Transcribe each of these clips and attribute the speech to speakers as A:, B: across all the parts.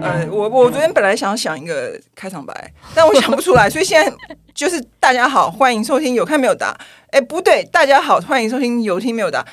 A: 呃我我昨天本来想想一个开场白，但我想不出来，所以现在就是大家好，欢迎收听有看没有答。哎，不对，大家好，欢迎收听有听没有答。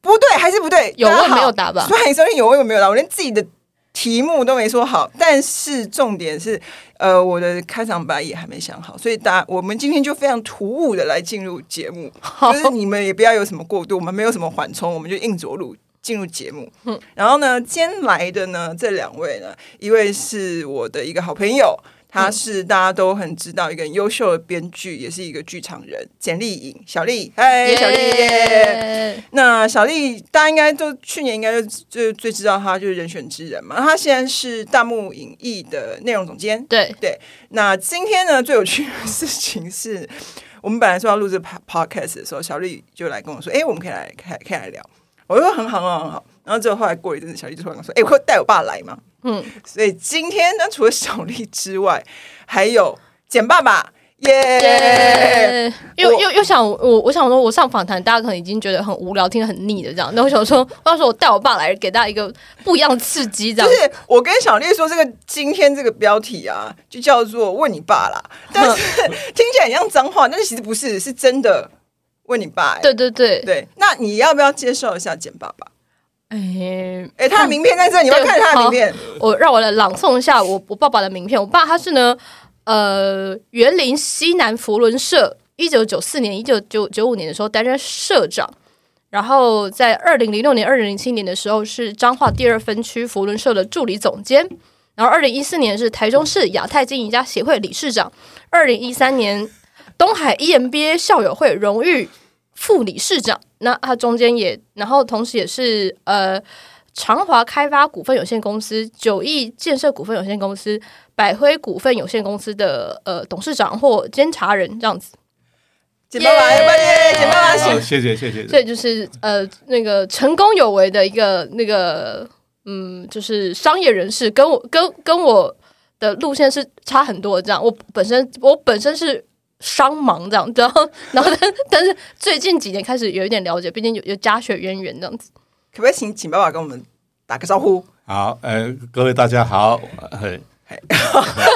A: 不对，还是不对，
B: 有
A: 大家
B: 问没
A: 好
B: 有答吧
A: 欢迎收听有问有没有答，我连自己的题目都没说好，但是重点是，呃，我的开场白也还没想好，所以大家我们今天就非常突兀的来进入节目，就是你们也不要有什么过渡，我们没有什么缓冲，我们就硬着陆进入节目。然后呢，今天来的呢，这两位呢，一位是我的一个好朋友，他是大家都很知道一个很优秀的编剧，也是一个剧场人，简丽颖，小丽，嗨，小丽。
B: 耶
A: 那小丽，大家应该都去年应该就就最知道她就是人选之人嘛。她现在是大幕影艺的内容总监。
B: 对，
A: 那今天呢，最有趣的事情是我们本来说要录这 po- podcast 的时候，小丽就来跟我说：“哎、我们可以来开可以来聊。”我说：“很好，很好，很好。”然后之后后来过一阵子，小丽就突然跟我说：“哎、我会带我爸来吗？”
B: 嗯，
A: 所以今天呢，除了小丽之外，还有简爸爸，耶、
B: 耶又
A: 我
B: 又又想我，我想说，我上访谈，大家可能已经觉得很无聊，听得很腻的这样。那我想说，我想说我带我爸来，给大家一个不一样的刺激，这样
A: 就。是我跟小丽说，这个今天这个标题啊，就叫做“问你爸”啦。但 是听起来很像脏话，但是其实不是，是真的问你爸、欸。
B: 对对对，
A: 对，那你要不要接受一下简爸爸？
B: 哎，
A: 哎、他的名片在这，你要看他的名片。
B: 我让我来朗诵一下我我爸爸的名片。我爸他是呢，呃，园林西南佛伦社，一九九四年、一九九九五年的时候担任社长，然后在二零零六年、二零零七年的时候是彰化第二分区佛伦社的助理总监。然后，二零一四年是台中市亚太经营家协会理事长，二零一三年东海 E EMBA 校友会荣誉副理事长。那他中间也，然后同时也是呃长华开发股份有限公司、九亿建设股份有限公司、百辉股份有限公司的呃董事长或监察人这样子，
A: 简爸爸，
B: 耶
A: 要不要耶？简爸爸是
C: 好，谢谢谢谢。
B: 所以就是呃那个成功有为的一个那个嗯，就是商业人士，跟我跟跟我的路线是差很多的。这样，我本身我本身是。伤盲这样，然后， 然后但但是最近几年开始有一点了解，毕竟有有家学渊源这样子。
A: 可不可以请简爸爸跟我们打个招呼？
C: 好，呃，各位大家好，嘿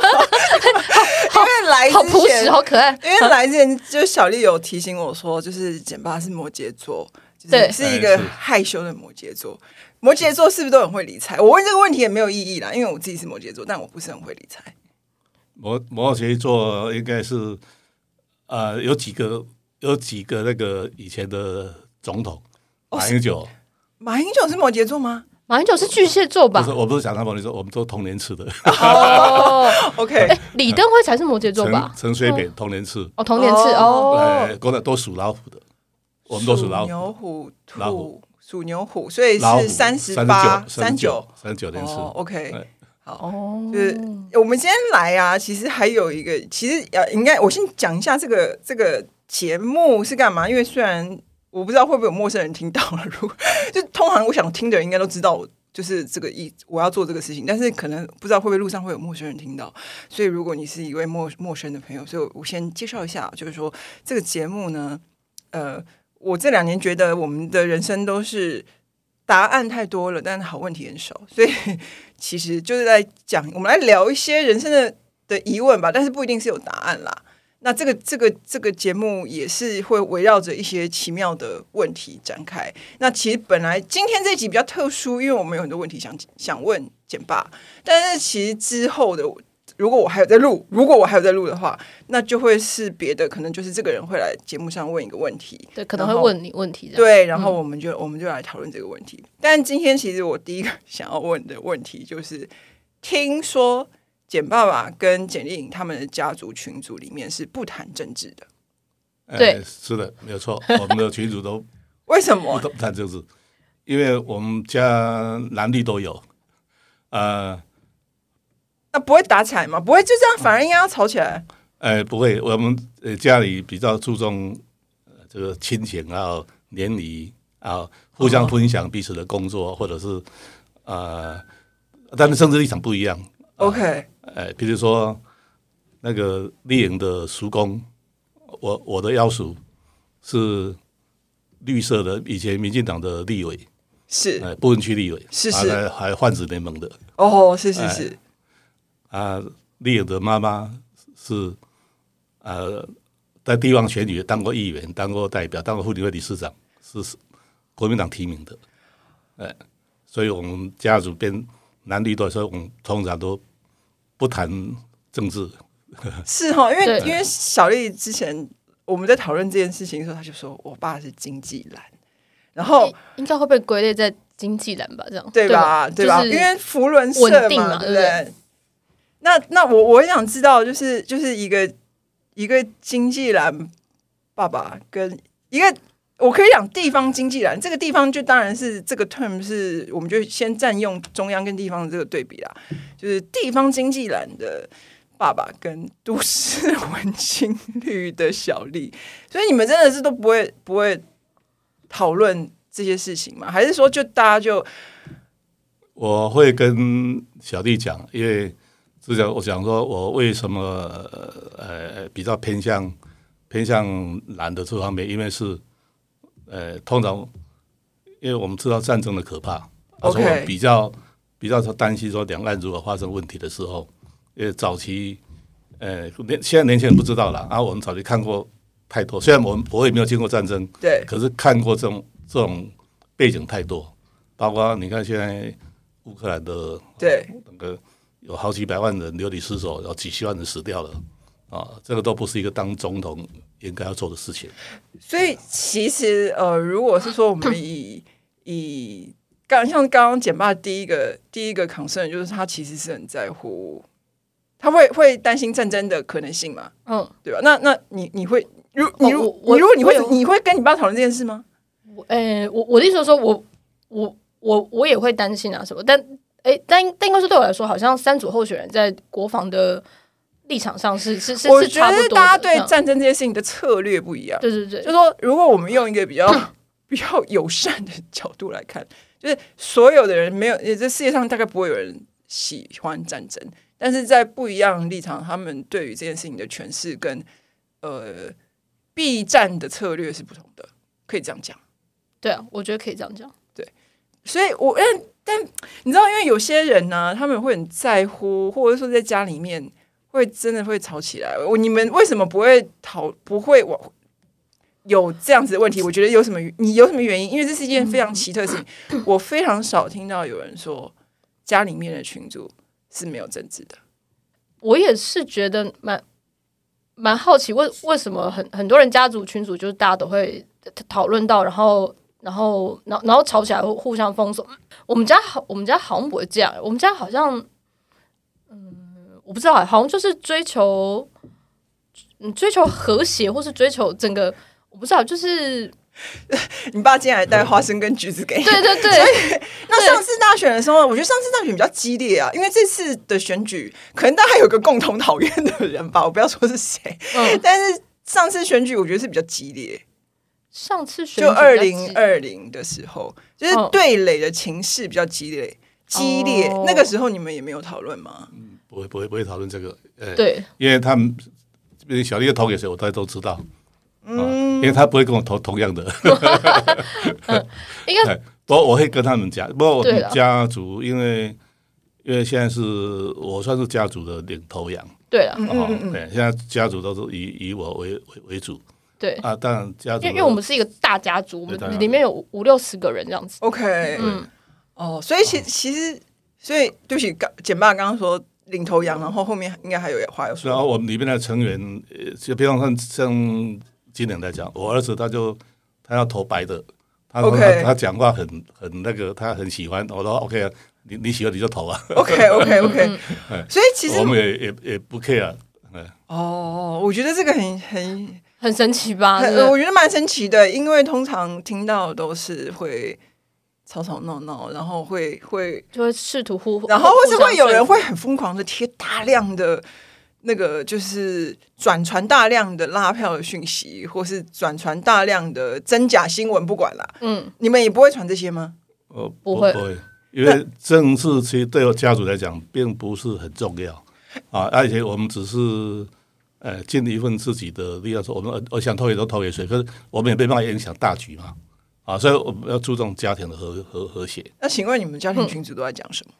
A: 因为来
B: 好
A: 哎之
B: 朴
A: 前
B: 实，，哦好可爱。
A: 因为来之前就小丽有提醒我说，就是简爸是摩羯座，就
B: 对
A: 是是一个
C: 哎是
A: 害羞的摩羯座。摩羯座是不是都很会理财？我问这个问题也没有意义啦，因为我自己是摩羯座，但我不是很会理财。
C: 摩摩羯座应该是呃有几个有几个那个以前的总统
A: 哦
C: 马
A: 是
C: 英九，
A: 马英九是摩羯座 吗
B: 马英九是巨蟹座
C: 不
B: 吧
C: 是？我不是讲他摩羯座，我们都同年次的，
B: 哦，
A: ？OK，
B: 哎，李登辉才是摩羯座吧
C: 陈？陈水扁同年次，
B: 哦，同年次
C: 呃
B: 哦，，
C: 国内都属老虎的，我们都属老
A: 牛
C: 虎，
A: 虎兔
C: 老虎
A: 属牛虎，所以
C: 老
A: 哦是
C: 虎
A: 三十八、
C: 三
A: 九
C: 九、三九年次，
A: 哦，OK，
C: 哎
A: 好，
B: 哦，
A: 就是我们今天来啊，其实还有一个，其实呃，应该我先讲一下这个这个节目是干嘛，因为虽然我不知道会不会有陌生人听到了，如果就通常我想听的人应该都知道我。就是这个一，我要做这个事情，但是可能不知道会不会路上会有陌生人听到，所以如果你是一位陌陌生的朋友，所以我先介绍一下，就是说这个节目呢，呃，我这两年觉得我们的人生都是答案太多了，但是好问题很少，所以其实就是在讲我们来聊一些人生的的疑问吧，但是不一定是有答案啦。那这个这个这个节目也是会围绕着一些奇妙的问题展开。那其实本来今天这集比较特殊，因为我们有很多问题想想问简爸，但是其实之后的如果我还有在录，如果我还有在录的话，那就会是别的，可能就是这个人会来节目上问一个问题，
B: 对，可能会问你问题这样。嗯
A: 对，然后我们就、我们就来讨论这个问题。但今天其实我第一个 想要问的问题就是，听说简爸爸跟简丽颖他们的家族群组里面是不谈政治的，
C: 哎
B: 对
C: 是的，没有错，我们的群主都
A: 为什
C: 不
A: 么？
B: 嗯
C: 不谈政治，因为我们家男女都有，呃，
A: 那不会打起来吗？不会就这样，反而应该要吵起来。
B: 嗯
C: 呃，不会，我们呃家里比较注重呃这个亲情啊、联谊啊，互相分享彼此的工作，或者是呃，但是政治立场不一样，
A: OK，
B: 嗯
C: 呃，比如说那个丽颖的叔公，我我的幺叔是绿色的，以前民进党的立委，
A: 是
B: 嗯
C: 呃，不分区立委，
A: 是
C: 啊
A: 是
C: 还还换子联盟的。
B: 哎
A: 哦，是是是，
C: 啊，丽颖的妈妈是呃，在地方选举当过议员，当过代表，当过妇女会理事长，是是国民党提名的，呃，所以我们家族边男女都说，我们通常都不谈政治，
A: 是哈，因为
B: 对
A: 因为小丽之前我们在讨论这件事情的时候，她就说我爸是经济蓝，然后
B: 应应该会被归类在经济栏吧？这样
A: 对吧？对吧？
B: 就是
A: 因为福伦社
B: 稳定嘛
A: 对
B: 对不对？
A: 那那我我很想知道，就是就是一个一个经济蓝爸爸跟一个。我可以讲地方经济蓝，这个地方就当然是这个 term 是，我们就先占用中央跟地方的这个对比啦，就是地方经济蓝的爸爸跟都市文青绿的小丽，所以你们真的是都不会不会讨论这些事情吗？还是说就大家就
C: 我会跟小弟讲，因为之前我讲说，我为什么呃比较偏向偏向蓝的这方面，因为是呃通常，因为我们知道战争的可怕，
A: OK
C: 所以我比较比较担心说两岸如果发生问题的时候，因为早期呃年现在年轻人不知道了，然、后我们早期看过太多，虽然我们我也没有经过战争，
A: 对
C: 可是看过这种这种背景太多，包括你看现在乌克兰的
A: 对
C: 那个有好几百万人流离失所，然后几十万人死掉了啊，这个都不是一个当总统应该要做的事情。
A: 所以其实呃，如果是说我们以以刚像刚刚简爸第一个第一个 concern 就是他其实是很在乎，他会会担心战争的可能性嘛，
B: 嗯，
A: 对吧？那那你你会如你如、
B: 哦我
A: 你如果你
B: 我
A: 会
B: 有
A: 你会跟你爸讨论这件事吗？
B: 我呃，我我的意思是说我我我我也会担心啊什么，但诶，但但应该是对我来说，好像三组候选人在国防的立场上是是是
A: 我
B: 是
A: 觉
B: 差不
A: 得
B: 多的。嗯
A: 大家对
B: 这样
A: 战争这些事情的策略不一样。
B: 对对对
A: 就，说如果我们用一个比较比较友善的角度来看， 就是所有的人没有，也这世界上大概不会有人喜欢战争，但是在不一样的立场，他们对于这件事情的诠释跟呃避战的策略是不同的，可以这样讲。
B: 对啊，我觉得可以这样讲。
A: 所以我但但你知道，因为有些人呢、他们会很在乎，或者说在家里面会真的会吵起来。我你们为什么不会讨不会往有这样子的问题？我觉得有什么你有什么原因？因为这是一件非常奇特的事 情，我非常少听到有人说家里面的群主是没有政治的。
B: 我也是觉得蛮蛮好奇为，为什么很很多人家族群组就是大家都会讨论到，然后然后然后然后吵起来，互互相封锁。我们家好，我们家好像不会这样，我们家好像，嗯，我不知道，好像就是追求，嗯，追求和谐，或是追求整个，我不知道，就是
A: 你爸竟然还带花生跟橘子给你。
B: 对 对对，
A: 那上次大选的时候，我觉得上次大选比较激烈啊，因为这次的选举可能大家有个共同讨厌的人吧，我不要说是谁，
B: 嗯，
A: 但是上次选举我觉得是比较激烈，
B: 上次选
A: 就
B: 举比较
A: 二
B: 激
A: 零二零的时候，就是对垒的情势比较激烈。激烈、
B: 哦
A: 那个时候你们也没有讨论吗？
C: 不会不会不会讨论这个，呃，
B: 对
C: 因为他们小弟的投给谁，我大家都知道，嗯，因为他不会跟我投同样的。
B: 应该
C: 对，不过我会跟他们讲，不过我
B: 对
C: 们
B: 啦
C: 家族因为因为现在是我算是家族的领头羊，
B: 对了
A: 嗯
C: 哦，对，现在家族都是以以我为为为主
B: 对，
C: 啊，当然家族
B: 因
C: 的
B: 为因为我们是一个大家族，我
C: 对大家
B: 们
C: 族
B: 里面有五五六十个人这样子。
A: OK，
B: 嗯，
A: 哦，所以其其实，所以对不起，刚简爸刚刚说领头
B: 嗯
A: 羊，然后后面应该还有话要
C: 然后
A: 说。
C: 我们里面的成员，呃，就比方说像今年来讲，我儿子他就他要投白的，他说他
A: OK
C: 他讲话很很那个，他很喜欢，我说 OK 啊，你你喜欢你就投啊，
A: OK OK
B: 嗯
A: OK，所以其实
C: 哎我们也也也不 care 啊。嗯
A: 哦，我觉得这个很很
B: 很神奇吧？
A: 很
B: 对不
A: 我
B: 对
A: 觉得蛮神奇的，因为通常听到都是会吵吵闹闹，然后会会，
B: 就会试图互，
A: 然后或是
B: 互相
A: 会有人
B: 说服
A: 会很疯狂的贴大量的那个，就是转传大量的拉票的讯息，或是转传大量的真假新闻，不管啦，
B: 嗯，
A: 你们也不会传这些吗？
C: 呃，
B: 不会
C: 不会，因为政治其实对我家族来讲并不是很重要啊，而且我们只是呃尽一份自己的力量，说我们呃我想投也都投给谁，可是我们也没办法影响大局嘛啊，所以我们要注重家庭的和和和谐。
B: 嗯
A: 那请问你们家庭群组都在讲什么？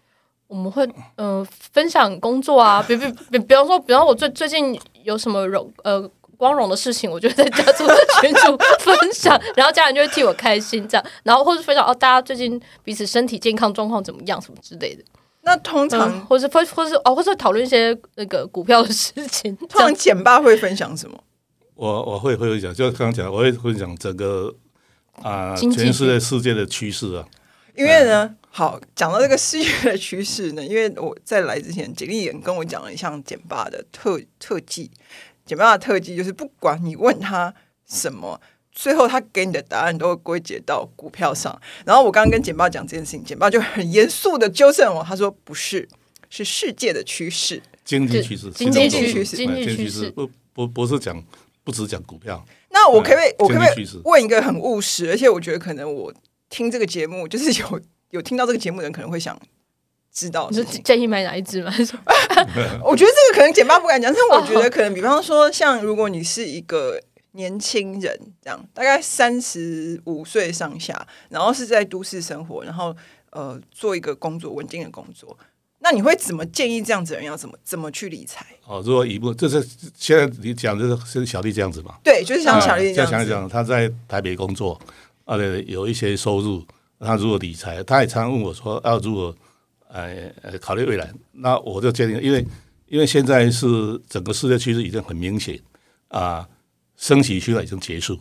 B: 我们会呃分享工作啊，比比比，比方说，比方我最最近有什么荣呃光荣的事情，我就会在家族群 组分享，然后家人就会替我开心这样，然后或是分享哦，大家最近彼此身体健康状况怎么样，什么之类的，
A: 那通常、
B: 嗯，或是分或是哦，或是讨论一些那个股票的事情，
A: 通
B: 这样
A: 常简爸会分享什么？
C: 我我会会讲，就刚刚讲，我会分享整个啊、
B: 经济
C: 全世界世界的趋势啊。
A: 因为呢，好讲到这个世界的趋势呢，因为我在来之前，简历也跟我讲了一项简爸的特特技，简爸的特技就是不管你问他什么。最后，他给你的答案都会归结到股票上。然后我刚刚跟简爸讲这件事情，简爸就很严肃的纠正我，他说：“不是， 是世界的趋势。
C: 经济趋势，
B: 经
A: 济
C: 金融
A: 趋势
C: 走势，
B: 经济
C: 哎经济
B: 趋势
C: 不不不是讲不只讲股票，”
A: 那我可不可以
C: 嗯，
A: 我可不
C: 经济
A: 可
C: 趋
A: 以
C: 势
A: 问一个很务实，而且我觉得可能我听这个节目，就是有有听到这个节目的人可能会想知道的
B: 你
A: 事
B: 就
A: 情。
B: 建议买哪一只吗？
A: 我觉得这个可能简爸不敢讲，但我觉得可能，比方说，像如果你是一个年轻人，这样大概三十五岁上下，然后是在都市生活，然后呃做一个工作稳定的工作，那你会怎么建议这样子的人要怎么怎么去理财？
C: 哦，如果一部这是现在你讲的是小丽这样子嘛？
A: 对，就是像小丽这
C: 啊
A: 样
C: 像小丽
A: 子，
C: 这样，她在台北工作，呃，有一些收入，她如果理财，她也常问我说，啊，如果呃呃考虑未来，那我就建议，因为因为现在是整个世界趋势已经很明显啊、升息趋势已经结束，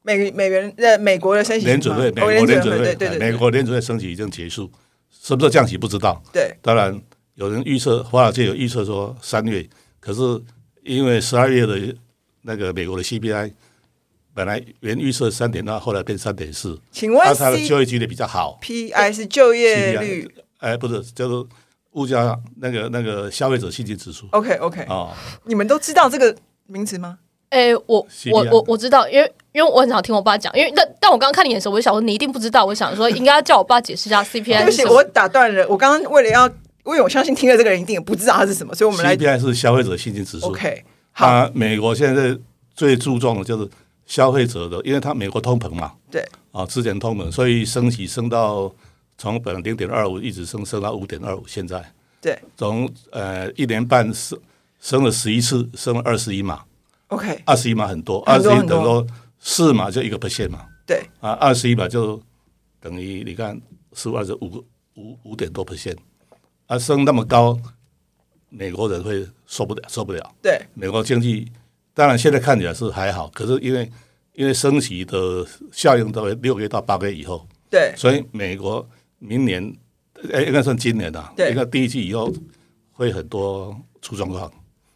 A: 美美元呃美国的升息
C: 联准会，美
A: 哦
C: 国联准
A: 对
C: 会，哎
A: 对对
C: 美
A: 对
C: 国联准会升息已经结束，什么时候降息不知道。
A: 对，
C: 当然，有人预测，华尔街有预测说三月，可是因为十二月的那个美国的 CPI 本来原预测三点二，后来变三点四，
A: 请
C: 那
A: 问
C: 它的
A: C
C: 就业率比较好
A: P I 是就业率
C: 哎，不是，叫做物价那个那个消费者信心指数
A: ？OK OK，
C: 哦，
A: 你们都知道这个名词吗？
B: 哎、我
C: CPI
B: 我我我知道，因为因为我很少听我爸讲，因为但但我刚刚看你眼神，我就想说你一定不知道，我想说应该要叫我爸解释 一下 CPI
A: 对不
B: 是
A: 起，
B: 什么
A: 我。打断了。我刚刚为了要，因为我相信听了这个人一定也不知道他是什么，所以我们来
C: CPI 是消费者信心指数。
A: OK 好、
C: 它美国现在最注重的就是消费者的，因为它美国通膨嘛，
A: 对，
C: 啊，之前通膨，所以升息升到从本来零点二五一直升升到五点二五，现在
A: 对
C: 从呃一年半升升了十一次，升了二十一码，
A: OK
C: 二十一码很多，二
A: 很
C: 十
A: 多
C: 一
A: 很
C: 等
A: 多
C: 于说四码就一个 percent 嘛，
A: 对
C: 啊，二十一码就等于你看十五二十五五五点多 percent，啊，升那么高，美国人会受不了受不了。
A: 对
C: 美国经济当然现在看起来是还好，可是因为因为升息的效应到六个月到八个月以后，
A: 对
C: 所以美国明年，哎，应该算今年啊，
A: 对
C: 应该第一季以后会很多出状况，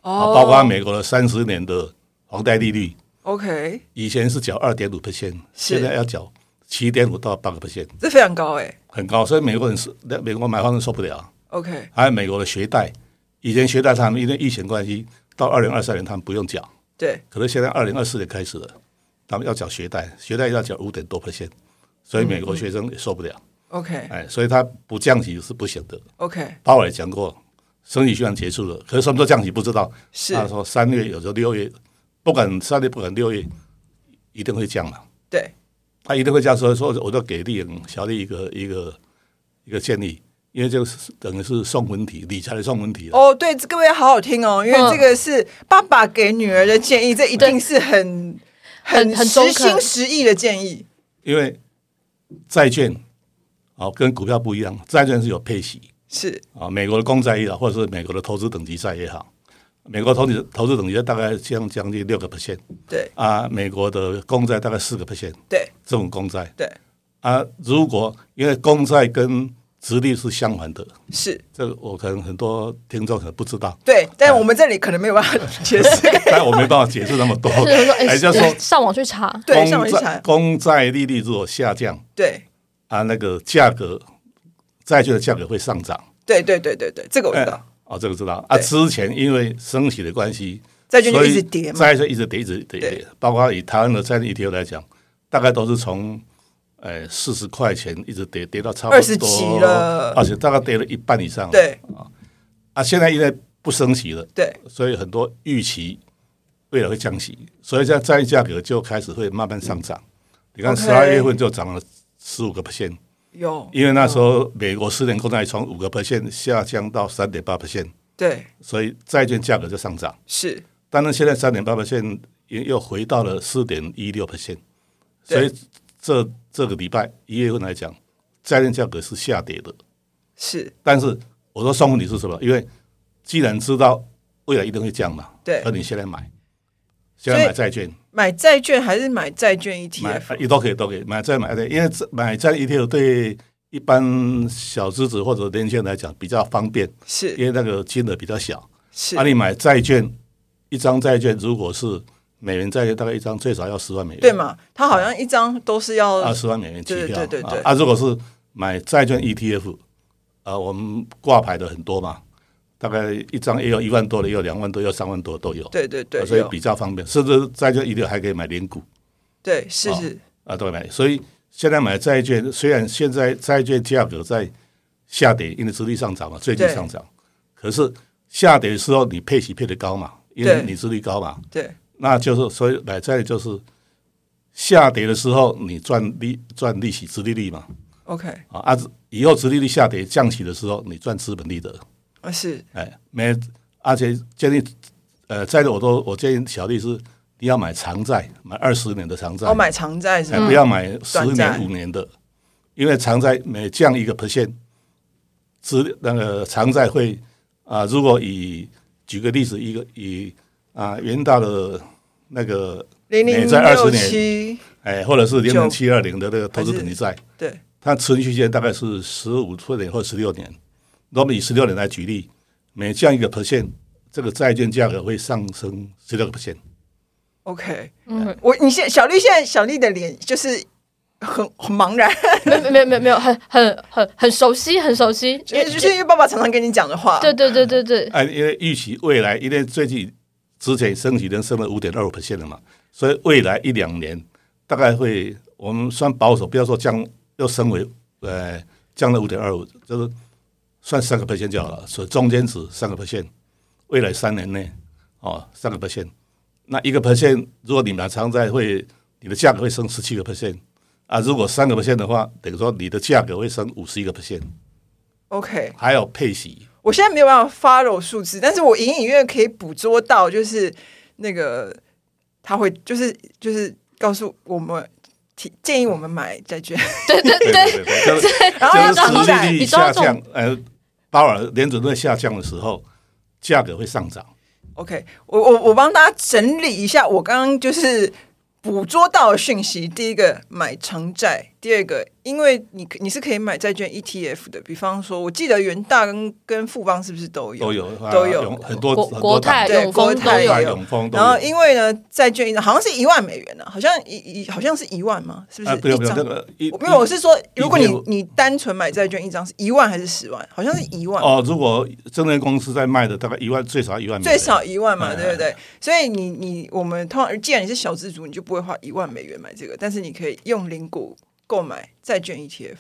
C: 啊
A: 哦
C: 包括美国的三十年的房贷利率，
A: OK，
C: 以前是缴二点五 percent，
A: 是
C: 现在要缴七点五到八个 percent，
A: 这非常高哎、
C: 很高，所以美国人是美国买房人受不了啊，
A: OK
C: 还有美国的学贷，以前学贷他们因为疫情关系，到二零二三年他们不用缴。
A: 对
C: 可是现在二零二四年开始了，他们要缴学贷，学贷要缴五点多 percent，所以
A: 嗯
C: 美国学生也受不了，
A: OK
C: 哎，所以他不降息是不行的。
A: OK
C: 鲍尔也讲过，升息虽然结束了，可是什么时候降息不知道。
A: 是
C: 他说三月，有时候六月，不管三月不管六月，一定会降嘛。
A: 对
C: 他一定会降，所以说我就给丽颖小丽一个一个一个建议，因为就是等于是送分题，理财的送分题了。
A: 哦对，各位要好好听哦，因为
B: 嗯
A: 这个是爸爸给女儿的建议，这一定是很
B: 很很中
A: 实
B: 肯
A: 心实意的建议。
C: 因为债券啊、哦跟股票不一样，债券是有配息。
A: 是
C: 啊，美国的公债也好，或者是美国的投资等级债也好，美国投资投资等级债大概将将近六个 percent
A: 对
C: 啊，美国的公债大概四个 percent，
A: 对
C: 这种公债
A: 对
C: 啊，如果因为公债跟殖利率是相反的，
A: 是，，
C: 这个我可能很多听众可能不知道
A: 对，但我们这里可能没有办法解释。
C: 但我没办法解释那么多，
B: 是我说，哎、
C: 也就是说
B: 上网去查，
A: 对， 上网
C: 公
A: 去查
C: 债，公债利率如果下降
A: 对
C: 啊，那个价格债券的价格会上涨，
A: 对对对对对，这个我知道。
C: 哦，这个知道啊，
A: 对
C: 之前因为升息的关系。
A: 债券就
C: 所以
A: 一直跌嘛，
C: 债券一直跌，一直跌，一直跌包括以台湾的债券 ETF 来讲，大概都是从呃四十块钱一直跌跌到差不多
A: 20几了
C: 而且大概跌了一半以上。
A: 对
C: 啊，现在因为不升息了，
A: 对
C: 所以很多预期未来会降息，所以这样债券价格就开始会慢慢上涨。你
A: 嗯
C: 看
A: OK
C: 十二月份就涨了十五个 percent，
A: 有
C: 因为那
A: 嗯
C: 时候美国十年公债从五个 percent 下降到三点八 percent，
A: 对
C: 所以债券价格就上涨。
A: 是
C: 当然，现在三点八 percent 又又回到了四点一六 percent，所以这这个礼拜一月份来讲，债券价格是下跌的。
A: 是，
C: 但是我说双问题是什么？因为既然知道未来一定会降嘛，
A: 对
C: 那你现在买，现在买债券，
A: 买债券还是买债券 E
C: 买
A: ETF？
C: 也都可以，都可以买债买债，因为这买债 ETF 对一般小资子或者年轻人来讲比较方便，因
A: 是
C: 为那个金额比较小。
A: 是
C: 啊，你买债券，一张债券如果是美元债券，大概一张最少要十万美元，啊
A: 对？嘛？它好像一张都是要
C: 二十万美元起跳，
A: 对对对对
C: 啊，啊如果是买债券 ETF，啊，我们挂牌的很多嘛，大概一张也有一万多的，也有两万多，也有三万多都有，
A: 对对对
C: 啊，所以
A: 有
C: 比较方便。甚至债券 ETF 还可以买零股
A: 对是
C: 啊
A: 是
C: 啊，都买。所以现在买债券，虽然现在债券价格在下跌，因为殖利率上涨嘛，最近
A: 对
C: 上涨，可是下跌的时候你配息配的高嘛，因为
A: 对
C: 你殖利率高嘛，
A: 对
C: 那就是所以买债就是下跌的时候你赚利赚利息殖利率嘛。
A: OK
C: 啊啊！以后殖利率下跌降息的时候，你赚资本利得，
A: 啊是
C: 哎，没，而且建议，呃，债的我都我建议小弟是你要买长债，买二十年的长债，
A: 哦买长债是
C: 哎、
A: 吗
C: 不？要买十
A: 短债
C: 年五年的，因为长债每降一个 percent，资那个长债会啊、如果以举个例子，一个以啊、元大的那个
A: 零零
C: 在
A: 六
C: 20年
A: 七
C: 哎，或者是零零七二零的那个投资等级债，
A: 对
C: 它持续时间大概是十五年或十六年。那么以十六年来举例，每降一个 percent，这个债券价格会上升十六个 percent。
A: OK 哎
B: 嗯，
A: 我你现小丽现在小丽的脸就是很很茫然，
B: 没有没有没有没有，很很很很熟悉，很熟悉，因
A: 因为
B: 为
A: 就是因为爸爸常常跟你讲的话，
B: 对对对 对对，
C: 哎，因为预期未来，因为最近之前升息能升了五点二五 percent 了嘛，所以未来一两年大概会我们算保守，不要说降，又升为呃降了五点二五，就是算三个 percent 就好了，所以中间值三个 percent，未来三年内哦三个 percent，那一个 percent 如果你买长债会，你的价格会升十七个 percent。啊，如果三个 percent 的话，等于说你的价格会升五十一个 percent，
A: OK。
C: 还有配息，
A: 我现在没有办法 follow 数字，但是我隐隐约约可以捕捉到，就是那个他会，就是就是告诉我们提建议我们买债券，
C: 对对对，就是
A: 然后要
C: 就是
A: 长
B: 后
C: 殖
A: 债
B: 来
C: 利
B: 你
C: 率
B: 知道
C: 下
B: 这种
C: 降，呃，鲍尔联准会下降的时候，价格会上涨。
A: OK，我我我帮大家整理一下，我刚刚就是捕捉到的讯息。第一个买长债，第二个因为你可你是可以买债券 ETF 的，比方说，我记得元大跟跟富邦是不是都有
C: 都有啊
A: 都有
C: 很多
B: 国
C: 很多
B: 国泰
C: 档
A: 对
B: 永丰
A: 国
B: 都
A: 泰
B: 有
A: 也有
C: 永丰都
A: 然后
C: 有。
A: 因为呢，债券好像是一万美元呢、好像一一好像是一万吗？是不是
C: 啊，不用
A: 一
C: 不用，
A: 张？
C: 那个一
A: 我没有，我是说，如果你
C: ETF
A: 你单纯买债券一张是一万还是十万？好像是一万，
C: 哦，如果证券公司在卖的，大概一万最少一万美元，
A: 最少一万嘛，
C: 哎
A: 对不对？所以你你我们通常，既然你是小资族，你就不会花一万美元买这个，但是你可以用零股购买债券 ETF，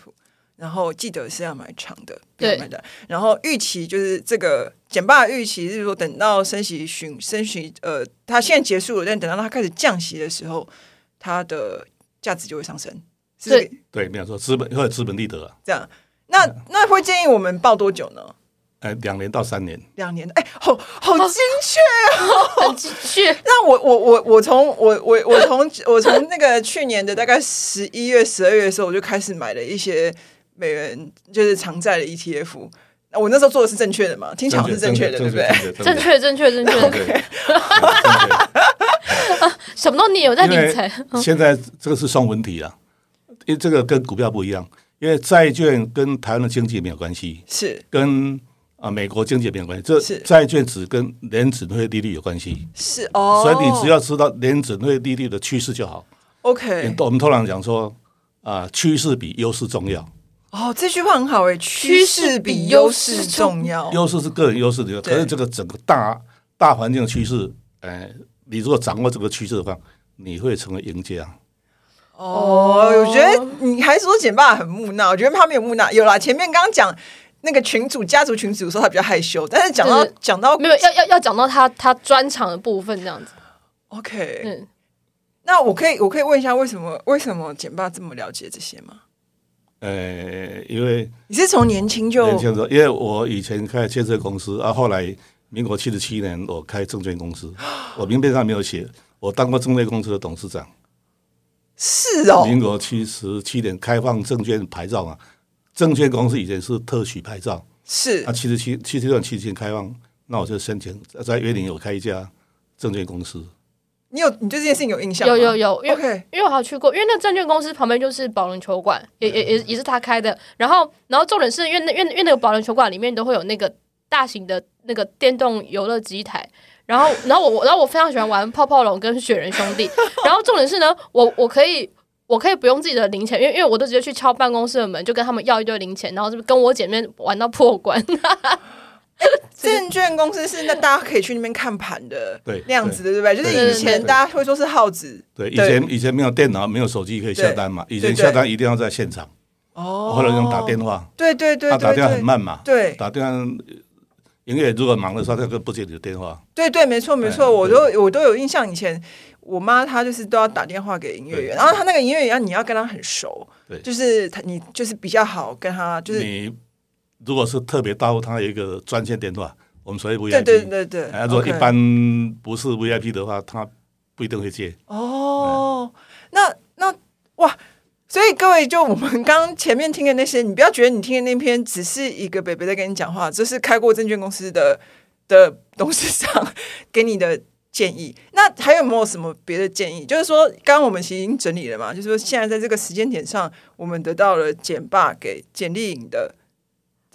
A: 然后记得是要买长的，不要
B: 对
A: 买短。然后预期就是这个简报的预期是说，等到升息循升息，呃，它现在结束了，但等到它开始降息的时候，它的价值就会上升，是这个
C: 对，没有说资本或者资本利得啊，
A: 这样。那那会建议我们报多久呢？
C: 呃，两年到三年，
A: 两年，哎、好好精确。
B: 很精 确，
A: 那我我我我从我我我从我从那个去年的大概十一月、十二月的时候，我就开始买了一些美元就是长债的 ETF。那我那时候做的是正确的嘛？听起来好像是正确的，对不对？
C: 对
B: 正确正确正确，
C: 对对正确
B: 什么都你有嗯在
C: 因
B: 理
C: 为
B: 财，
C: 现在这个是送文题啊，因为这个跟股票不一样，因为债券跟台湾的经济没有关系，
A: 是
C: 跟啊美国经济没有关系，这
A: 是
C: 债券只跟联准会利率有关系，
A: 是哦，
C: 所以你只要知道联准会利率的趋势就好。
A: OK
C: 我们通常讲说啊，趋势比优势重要，
A: 哦，这句话很好哎，趋势比优势重要。
C: 优势是个人优势的，
A: 哦对
C: 可是这个整个大大环境的趋势，呃，你如果掌握这个趋势的话，你会成为赢家。
A: 哦，我觉得你还说简爸很木讷，我觉得他没有木讷。有啦，前面刚刚讲那个群主家族群主说他比较害羞，但是讲到
B: 就是
A: 讲到
B: 没有要要要讲到他他专长的部分这样子，
A: OK，
B: 嗯，
A: 那我可以我可以问一下，为什么为什么简爸这么了解这些吗？
C: 呃，因为
A: 你是从年轻就
C: 年轻的时候，因为我以前开建设公司，啊，后来民国七十七年我开证券公司，我名片上没有写，我当过证券公司的董事长。
A: 是哦，
C: 民国七十七年开放证券牌照嘛，证券公司以前是特许牌照，
A: 是
C: 啊，七十七七十六七十七开放，那我就申请在约定有开一家证券公司。
A: 你有你对这件事情有印象吗？
B: 有有有，因为
A: OK，
B: 因为我还有去过，因为那证券公司旁边就是保龄球馆，也也也也是他开的。然后，然后重点是因为那因为因为那个保龄球馆里面都会有那个大型的那个电动游乐机台。然后，然后我我然后我非常喜欢玩泡泡龙跟雪人兄弟。然后重点是呢，我我可以。我可以不用自己的零钱，因为因为我都直接去敲办公室的门，就跟他们要一堆零钱，然后就跟我姐妹玩到破关。
A: 证券公司是那大家可以去那边看盘的，
C: 对
A: 那样子的对不对？就是
B: 对
A: 以前
C: 对
A: 大家会说是耗子，
C: 对，以前以前没有电脑，没有手机可以下单嘛，以前下单一定要在现场，
A: 哦，
C: 后来用打电话，
A: 对，对对
C: 他
A: 对
C: 打电话很
A: 对
C: 慢嘛，
A: 对
C: 打电话营业如果忙的时候，他就不接你的电话。
A: 对对，没错没
C: 哎
A: 错，我
C: 对
A: 都我都有印象。以前我妈她就是都要打电话给音乐员，
C: 对
A: 然后她那个音乐员啊你要跟她很熟
C: 对，
A: 就是她你就是比较好跟她就是
C: 你如果是特别大户，他有一个专线电话，我们所谓 VIP。
A: 对对对对，
C: 哎如果
A: OK
C: 一般不是 VIP 的话，他不一定会接。
A: 哦，那那哇，所以各位，就我们刚刚前面听的那些，你不要觉得你听的那篇只是一个北北在跟你讲话，这是开过证券公司的的董事长给你的建议。那还有没有什么别的建议？就是说，刚刚我们其实已经整理了嘛，就是说现在在这个时间点上，我们得到了简爸给简丽颖的，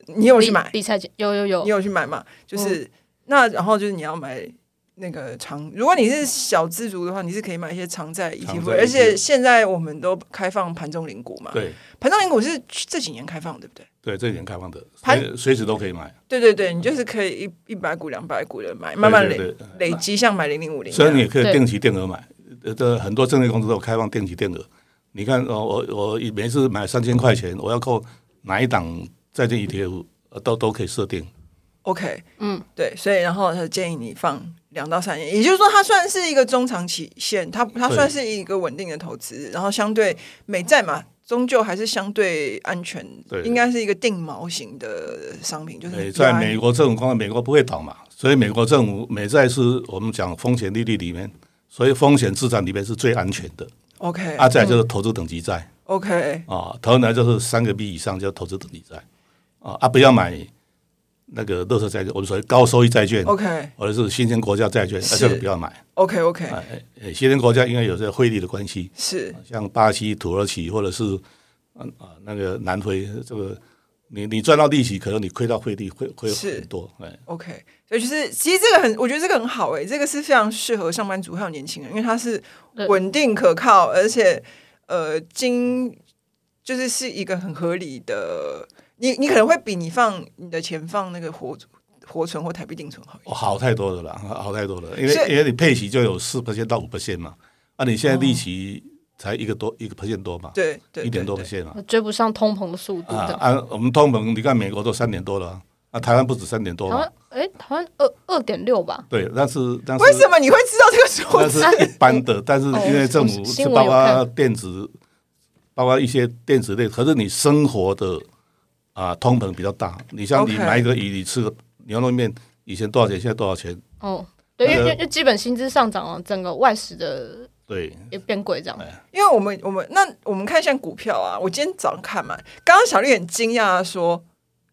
A: 你有去买？
B: 理财有有有
A: 你，有去买嘛？就是、那，然后就是你要买那个长，如果你是小资族的话，你是可以买一些长债
C: 长
A: ETF，
C: 债
A: 而且
C: ETF
A: 现在我们都开放盘中零股嘛。
C: 对
A: 盘中零股是这几年开放，对不对？
C: 对，这一点开放的，
A: 盘
C: 随随时都可以买。
A: 对对对，你就是可以一一百股、两百股的买，慢慢累
C: 对对
A: 累积，像买零零五零。
C: 虽然你也可以
B: 对
C: 定期定额买，呃，这很多证券公司都有开放定期定额。你看，哦我我一每次买三千块钱，我要扣哪一档债券 ETF，呃都都可以设定。
A: OK，
B: 嗯，
A: 对，所以然后他建议你放两到三年，也就是说，它算是一个中长期限，它它
C: 对
A: 算是一个稳定的投资，然后相对美债嘛，终究还是相对安全，
C: 对
A: 应该是一个定锚型的商品，就是
C: 对，
A: 你
C: 哎在
A: 不要
C: 美国政府，光美国不会倒嘛，所以美国政府美债是我们讲风险利率里面，所以风险资产里面是最安全的。
A: OK
C: 啊，再就是投资等级债
A: OK
C: 啊，投呢就是三个 B 以上叫投资等级债啊啊，不要买那个乐色债券，我们所谓高收益债券，
A: OK
C: 或者是新兴国家债券，啊
A: 是
C: 那这个不要买。
A: OK OK，
C: 哎，哎新兴国家因为有这个汇率的关系，
A: 是
C: 像巴西、土耳其或者是啊啊那个南非，这个你你赚到利息，可能你亏到汇率会会
A: 是
C: 很多。哎，
A: OK，所以就是其实这个很，我觉得这个很好诶、这个是非常适合上班族还有年轻人，因为它是
B: 对
A: 稳定可靠，而且呃，经就是是一个很合理的。你你可能会比你放你的钱放那个活活存或台币定存好一
C: 哦，
A: 点。
C: 好太多了啦，好太多了，因为
A: 所以
C: 因为你配息就有四 percent 到五 percent 嘛，啊，你现在利息才一个多一个 percent 多嘛，
A: 对对，
C: 一点多
A: 对
C: percent 嘛，
B: 我追不上通膨的速度
C: 啊
B: 的。
C: 啊，我们通膨，你看美国都三点多了啊，啊，台湾不止三点多
B: 台
C: 嘛
B: 湾，哎，台湾二二点六吧，
C: 对，但是但是
A: 对为什么你会知道这个数
C: 那
A: 字？
C: 是一般的，但是因为政府
B: 哦
C: 是
B: 新闻
C: 包
B: 有
C: 括
B: 看
C: 电子，包括一些电子类，可是你生活的啊、通膨比较大。你像你
A: OK
C: 买一个鱼，你吃个牛肉面，以前多少钱，现在多少钱？
B: 哦，对，因
C: 那
B: 为因
C: 个
B: 为因为基本薪资上涨了，整个外食的
C: 对，
B: 也变贵，这样
C: 哎
A: 因为我们我们那我们看像股票啊，我今天早上看嘛，刚刚小绿很惊讶地说，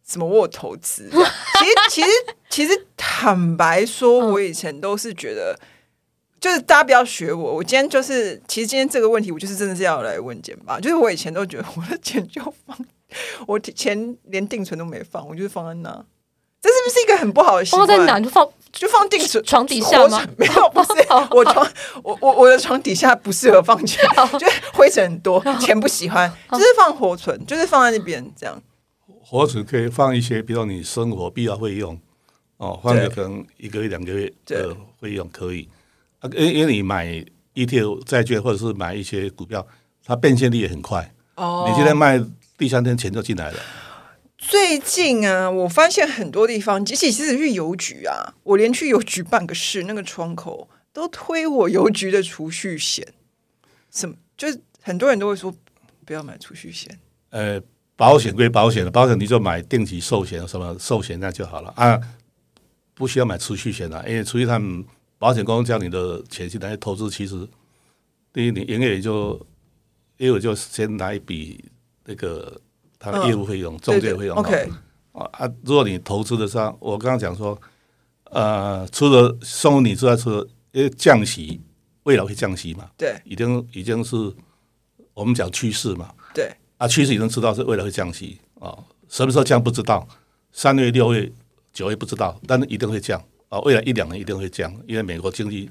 A: 怎么我有投资这样？其实其实其实坦白说，
B: 嗯
A: 我以前都是觉得，就是大家不要学我。我今天就是，其实今天这个问题，我就是真的是要来问简爸，就是我以前都觉得我的钱就放，我钱连定存都没放，我就是放在那。这是不是一个很不好的习
B: 放
A: 惯？
B: 在哪就放
A: 就放定存
B: 床底下吗
A: 我没有， 不是 我床，我我我的床底下不适合放 钱，就是灰尘很多，钱不喜欢，就是放活存，就是放在那边这样。
C: 或者可以放一些，比如你生活必要费用，哦，放
A: 对
C: 个可能一个月、两个月
A: 对
C: 的费用可以。啊，因为因为你买 ETF 债券或者是买一些股票，它变现率也很快，
A: 哦
C: 你今天卖第三天钱就进来了。
A: 最近啊，我发现很多地方，即使其实去邮局啊，我连去邮局办个事，那个窗口都推我邮局的储蓄险，什么就是很多人都会说不要买储蓄险，
C: 呃，保险归保险，保险你就买定期寿险什么寿险那就好了啊，不需要买储蓄险啊，因为储蓄他们保险公司将你的钱去拿来投资，其实第一你营业额就业务就先拿一笔那个他的业务费用、中
A: 对
C: 介
A: 对
C: 费用哦
A: OK，
C: 啊，如果你投资的上，我刚刚讲说，呃，除了送你之外，除了因为降息，未来会降息嘛，
A: 对
C: 已经已经是我们讲趋势嘛，
A: 对，
C: 啊，趋势已经知道是未来会降息啊、哦什么时候降不知道，三月、六月、九月不知道，但是一定会降啊、未来一两年一定会降，因为美国经济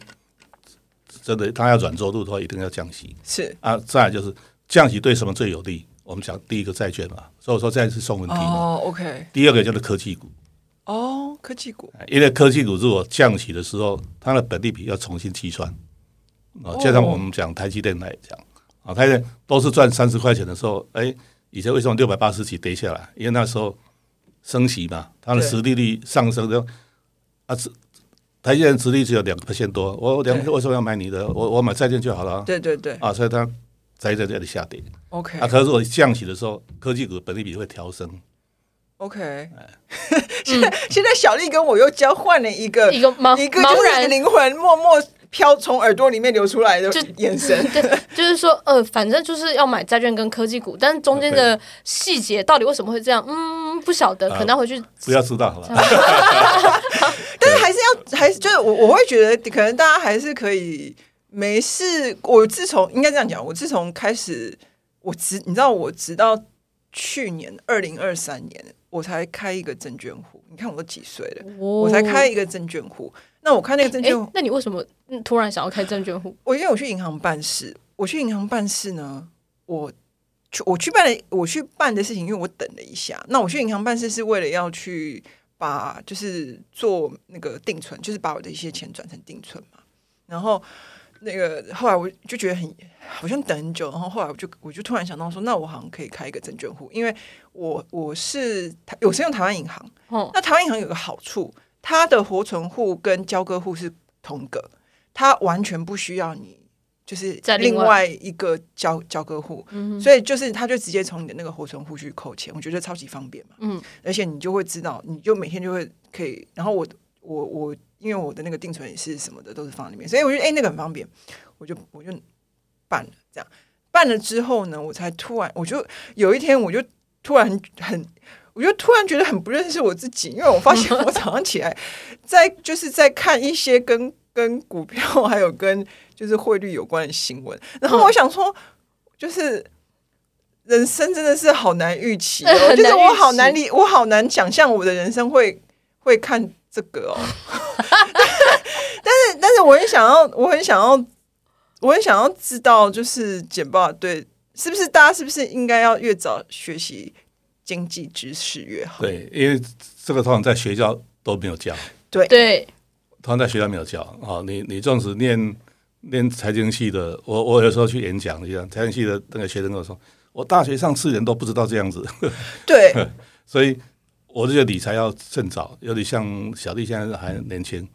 C: 真的它要软着陆的话，一定要降息
A: 是
C: 啊。再来就是降息对什么最有利？我们讲第一个债券嘛，所以我说债是送问题嘛。
A: 哦，OK，
C: 第二个就是科技股，
A: 哦，科技股
C: 因为科技股如果降息的时候，它的本利比要重新计算啊。加上我们讲台积电来讲啊，台积电都是赚三十块钱的时候，哎，以前为什么六百八十几跌下来？因为那时候升息嘛，它的
A: 对
C: 实利率上升的啊，是台积电实利只有两个 percent 多，我两
A: 对
C: 为什么要买你的？我我买债券就好了啊
A: 对对对
C: 啊，所以它才在这里下跌
A: 哦，OK
C: 啊。可是如果降息的时候，科技股本利比会调升，
A: OK，现 在现在小丽跟我又交换了一个
B: 嗯一个茫
A: 一个就
B: 茫
A: 是
B: 然
A: 灵魂默默飘从耳朵里面流出来的
B: 就
A: 眼神，
B: 对，就是说，呃，反正就是要买债券跟科技股，但是中间的细节到底为什么会这样，嗯，不晓得，可能要回
A: 啊
B: 去。
C: 不要知道好了。
A: 但是还是要，还是就是我我会觉得，可能大家还是可以没事。我自从应该这样讲，我自从开始，我直你知道，我直到去年二零二三年，我才开一个证券户。你看我都几岁了，我
B: 我
A: 才开一个证券户。那我开那个证
B: 哎
A: 券户，，
B: 那你为什么嗯突然想要开证券户？
A: 我因为我去银行办事，我去银行办事呢，我去我去办了我去办的事情，因为我等了一下。那我去银行办事是为了要去把就是做那个定存，就是把我的一些钱转成定存嘛。然后那个后来我就觉得很好像等很久，然后后来我就我就突然想到说，那我好像可以开一个证券户，因为我我是台我是用台湾银行，
B: 哦，
A: 那台湾银行有个好处，它的活存户跟交割户是同个，它完全不需要你就是
B: 再另
A: 另
B: 外嗯
A: 外一个交交割户，所以就是它就直接从你的那个活存户去扣钱，我觉得超级方便嘛。
B: 嗯，
A: 而且你就会知道，你就每天就会可以。然后我我我，因为我的那个定存也是什么的都是放在里面，所以我觉得哎、那个很方便，我就我就办了这样。办了之后呢，我才突然，我就有一天，我就突然很，我就突然觉得很不认识我自己，因为我发 现我早上起来在就是在看一些跟跟股票还有跟就是汇率有关的新闻，然
B: 嗯
A: 后我想说，就是人生真的是好难预期
B: 很
A: 哦，
B: 难
A: 就是我
B: 预期
A: 好难理，我好难想象我的人生会会看这个哦。 但是，但是我很想要，我很想要，我很想要知道，就是简报对是不是大家是不是应该要越早学习经济知识越好？
C: 对，因为这个通常在学校都没有教。
A: 哎
B: 对，
C: 通常在学校没有教啊、哦。你你纵使念念财经系的，我我有时候去演讲一下，财经系的那个学生跟我说，我大学上四年都不知道这样子，
A: 对，
C: 所以我就觉得理财要趁早，尤其像小弟现在还年轻，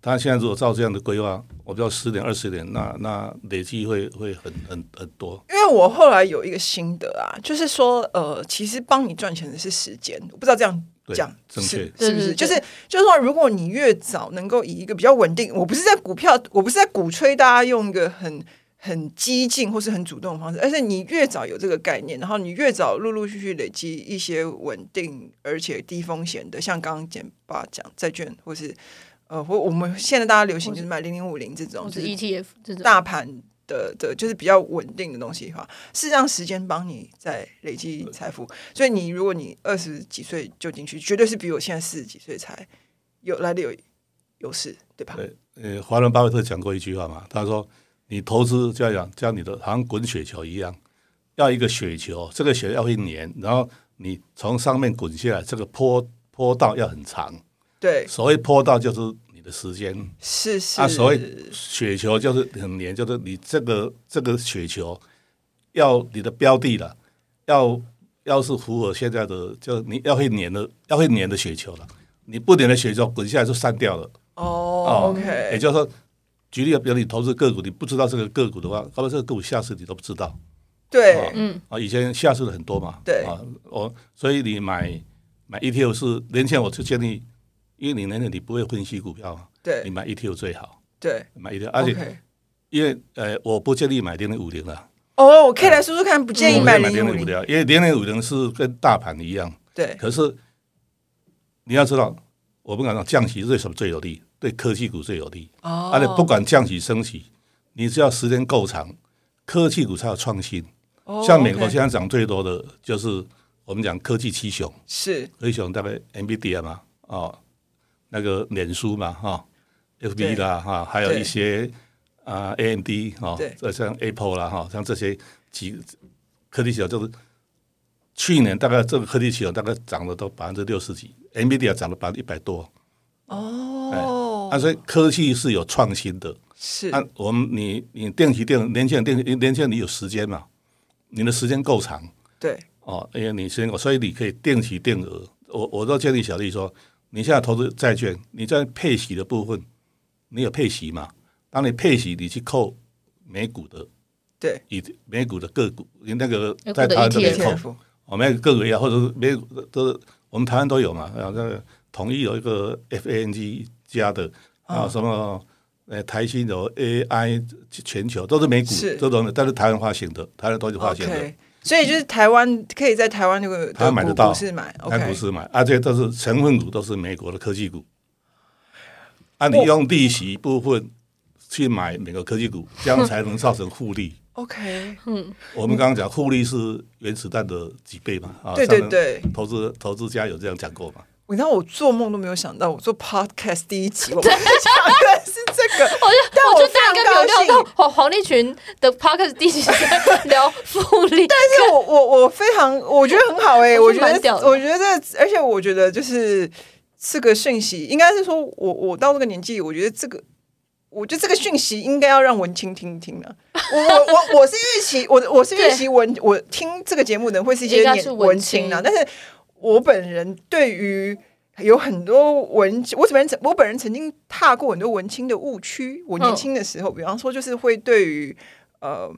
C: 他现在如果照这样的规划，我不知道十年二十年，那那累积会会很很很多。
A: 因为我后来有一个心得啊，就是说，呃，其实帮你赚钱的是时间，我不知道这样
C: 对
A: 讲
C: 正
A: 是
C: 确
A: 是不是？
B: 对对对
A: 就是就是说，如果你越早能够以一个比较稳定，我不是在股票，我不是在鼓吹大家用一个很很激进或是很主动的方式，而是你越早有这个概念，然后你越早陆陆续续累积一些稳定而且低风险的，像刚刚简爸讲债券或是。呃，或我们现在大家流行就是买零零五零这种，
B: 我
A: 就是是
B: ETF E 这种。
A: 大盘的的，就是比较稳定的东西的话，是让时间帮你在累积财富。所以你如果你二十几岁就进去，绝对是比我现在四十几岁才有来的有优势，对吧？
C: 对，呃，华伦巴菲特讲过一句话嘛，他说：“你投资就要讲，像你的好像滚雪球一样，要一个雪球，这个雪要一年，然后你从上面滚下来，这个坡坡道要很长。
A: 对，
C: 所谓坡道就是你的时间，
A: 是是。
C: 啊，所谓雪球就是很黏，就是你这个这个雪球要你的标的了，要要是符合现在的，就你要会粘的，要会粘的雪球了。”你不粘的雪球滚下来就散掉了，
A: 哦
C: 啊也
A: ，OK，
C: 就是说，举例，比如你投资个股，你不知道这个个股的话，搞不好这个个股下市你都不知道。
A: 对，
C: 嗯啊，以前下市的很多嘛，
A: 对
C: 啊，我所以你买买 ETF 是年前我就建议，因为你那个你不会分析股票嘛，你
A: 对，
C: 买 ETF 最好，
A: 对，
C: 买 ETF，而且
A: OK
C: 因为呃，我不建议买零零五零了，
A: 哦，可以来说说看，不建议
C: 我
A: 买
C: 建议
A: 零
C: 嗯零
A: 五
C: 五
A: 零，
C: 零，因为零零五零是跟大盘一样，
A: 对，
C: 可是你要知道，我们讲到降息对什么最有利？对科技股最有利，
A: 哦
C: 而且啊不管降息升息，你只要时间够长，科技股才有创新。
A: 哦
C: 像美国
A: OK
C: 现在涨最多的就是我们讲科技七雄，
A: 是
C: 科技雄大概 NVIDIA 嘛，哦，那个脸书嘛，哈、
A: 对
C: FB 啦，哈、还有
A: 对
C: 一些啊、AMD 哈、
A: 对
C: 这像 Apple 啦，哈、像这些几科技企就是去年大概这个科技企业大概涨了都百分之六十几，NVIDIA 涨了百分之一百多，
A: 哦，
C: 哎啊，所以科技是有创新的。
A: 是
C: 啊，我们你你电器电年轻人电器年轻人你有时间嘛，你的时间够长。
A: 对，
C: 哦，因为你先，所以你可以定期定额。我我都建议小丽说，你现在投资债券，你在配息的部分，你有配息嘛？当你配息，你去扣美股的，
A: 对，
C: 以美股的个股，你那个
B: 美股的 E
C: 在台湾都可以
B: ETF
C: 扣，
A: ETF
C: 我们个股也好，或者是美股都是我们台湾都有嘛。然后那个统一有一个 FANG 加的，
A: 哦
C: 还有什么呃台新有 AI 全球都是美股
A: 是
C: 这种的，但是台湾发行的，台湾都是发行的。
A: OK，所以就是台湾可以在台湾那个
C: 台湾买得到
A: 股市买
C: 那不
A: ，OK，
C: 是嘛？而且啊都是成分股，都是美国的科技股。啊，你用利息部分去买美国科技股，这样才能造成复 利。
A: OK，
C: 我们刚刚讲复利是原子弹的几倍嘛？啊，
A: 对对
C: 上面
A: 对
C: 投资投资家有这样讲过嘛？
A: 你知道我做梦都没有想到，我做 podcast 第一集，我们讲的是这个，
B: 我就
A: 但
B: 我就
A: 非
B: 大
A: 常
B: 概没有
A: 高
B: 料
A: 兴。
B: 到黄黄立群的 podcast 第几集在 聊复利，但
A: 但是我我我非常，我觉得很好哎、
B: 我
A: 我
B: 觉
A: 觉
B: 得蛮
A: 得
B: 屌的
A: 我觉得，而且我觉得就是这个讯息，应该是说我我到这个年纪，我觉得这个。我觉得这个讯息应该要让文青听一听 了、我我我我是预期，我我是预期文，我听这个节目的人会是一些
B: 应该
A: 年
B: 是文
A: 文青啊
B: 青，
A: 但是我本人对于有很多文，我本人曾我本人曾经踏过很多文青的误区。我年轻的时候，比方说就是会对于呃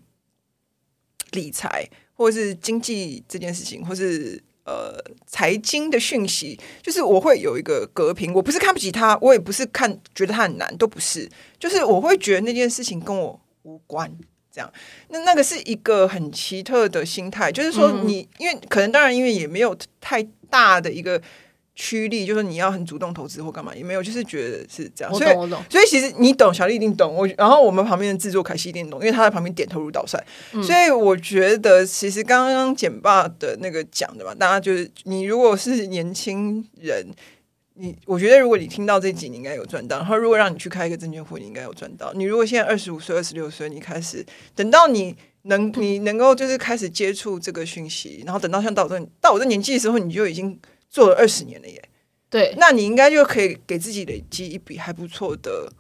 A: 理财或是经济这件事情，或是呃财经的讯息，就是我会有一个隔屏。我不是看不起他，我也不是看觉得他很难，都不是，就是我会觉得那件事情跟我无关。这样，那那个是一个很奇特的心态，就是说
B: 嗯
A: 你、因为可能当然因为也没有太大的一个驱力，就是你要很主动投资或干嘛也没有，就是觉得是这样，
B: 我
A: 所以
B: 懂我懂，
A: 所以其实你懂，小丽一定懂我。然后我们旁边的制作凯西一定懂，因为他在旁边点头如捣蒜。所以我觉得，其实刚刚简爸的那个讲的嘛，大家就是你如果是年轻人，你我觉得如果你听到这集，你应该有赚到。然后如果让你去开一个证券户，你应该有赚到。你如果现在二十五岁、二十六岁，你开始等到你。能你能够就是开始接触这个讯息，然后等到像到我这到我这年纪的时候，你就已经做了二十年了耶。
B: 对，
A: 那你应该就可以给自己累积一笔还不错的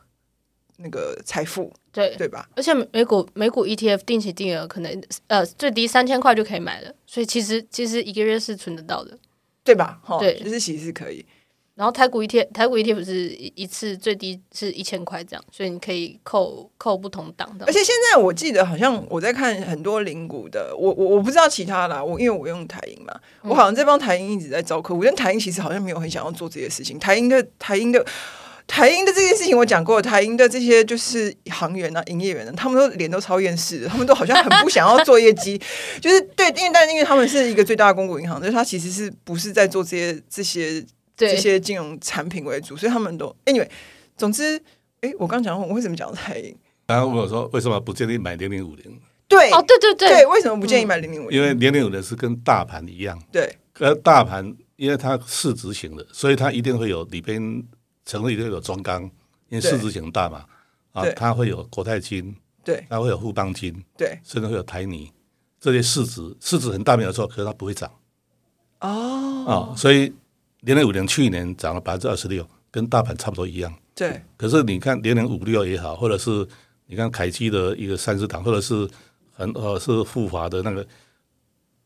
A: 那个财富，
B: 对
A: 对吧？
B: 而且美股美股 ETF 定期定额可能呃最低三千块就可以买了，所以其实其实一个月是存得到的。
A: 对吧？哈，
B: 对
A: 就是其实是可以。
B: 然后台股 ETF 台股 E ETF 是一一次最低是一千块这样，所以你可以扣扣不同档的
A: 而。且现在我记得好像我在看很多零股的，我我我不知道其他啦，我因为我用台银嘛，我
B: 嗯
A: 好像在帮台银一直在招客户，但台银其实好像没有很想要做这些事情。台银的台银的。台银的这件事情我讲过，台银的这些就是行员啊、营业员啊，他们都脸都超厌世的，他们都好像很不想要做业绩， 就是对，因为但因为他们是一个最大的公股银行，就是他其实是不是在做这些这些
B: 对
A: 这，些金融产品为主，所以他们都 anyway，总之，哎，我刚讲我为什么讲台银？
C: 然后啊问我说为什么不建议买零零五零？
A: 对，
B: 哦，对对
A: 对，为什么不建议买零零五？
C: 因为零零五零是跟大盘一样，
A: 对
C: 可大盘因为它市值型的，所以它一定会有里边成分一定会有中钢，因为市值型大嘛，啊
A: 对，
C: 它会有国泰金，
A: 对
C: 它会有富邦金，
A: 对，
C: 甚至会有台泥这些市值，市值很大没有错，可是它不会涨
A: 哦，
C: 啊、所以零零五零去年涨了百分之二十六，跟大盘差不多一样。
A: 对
C: 可是你看零零五六也好，或者是你看凯基的一个三十档，或者是很呃是富华的那个，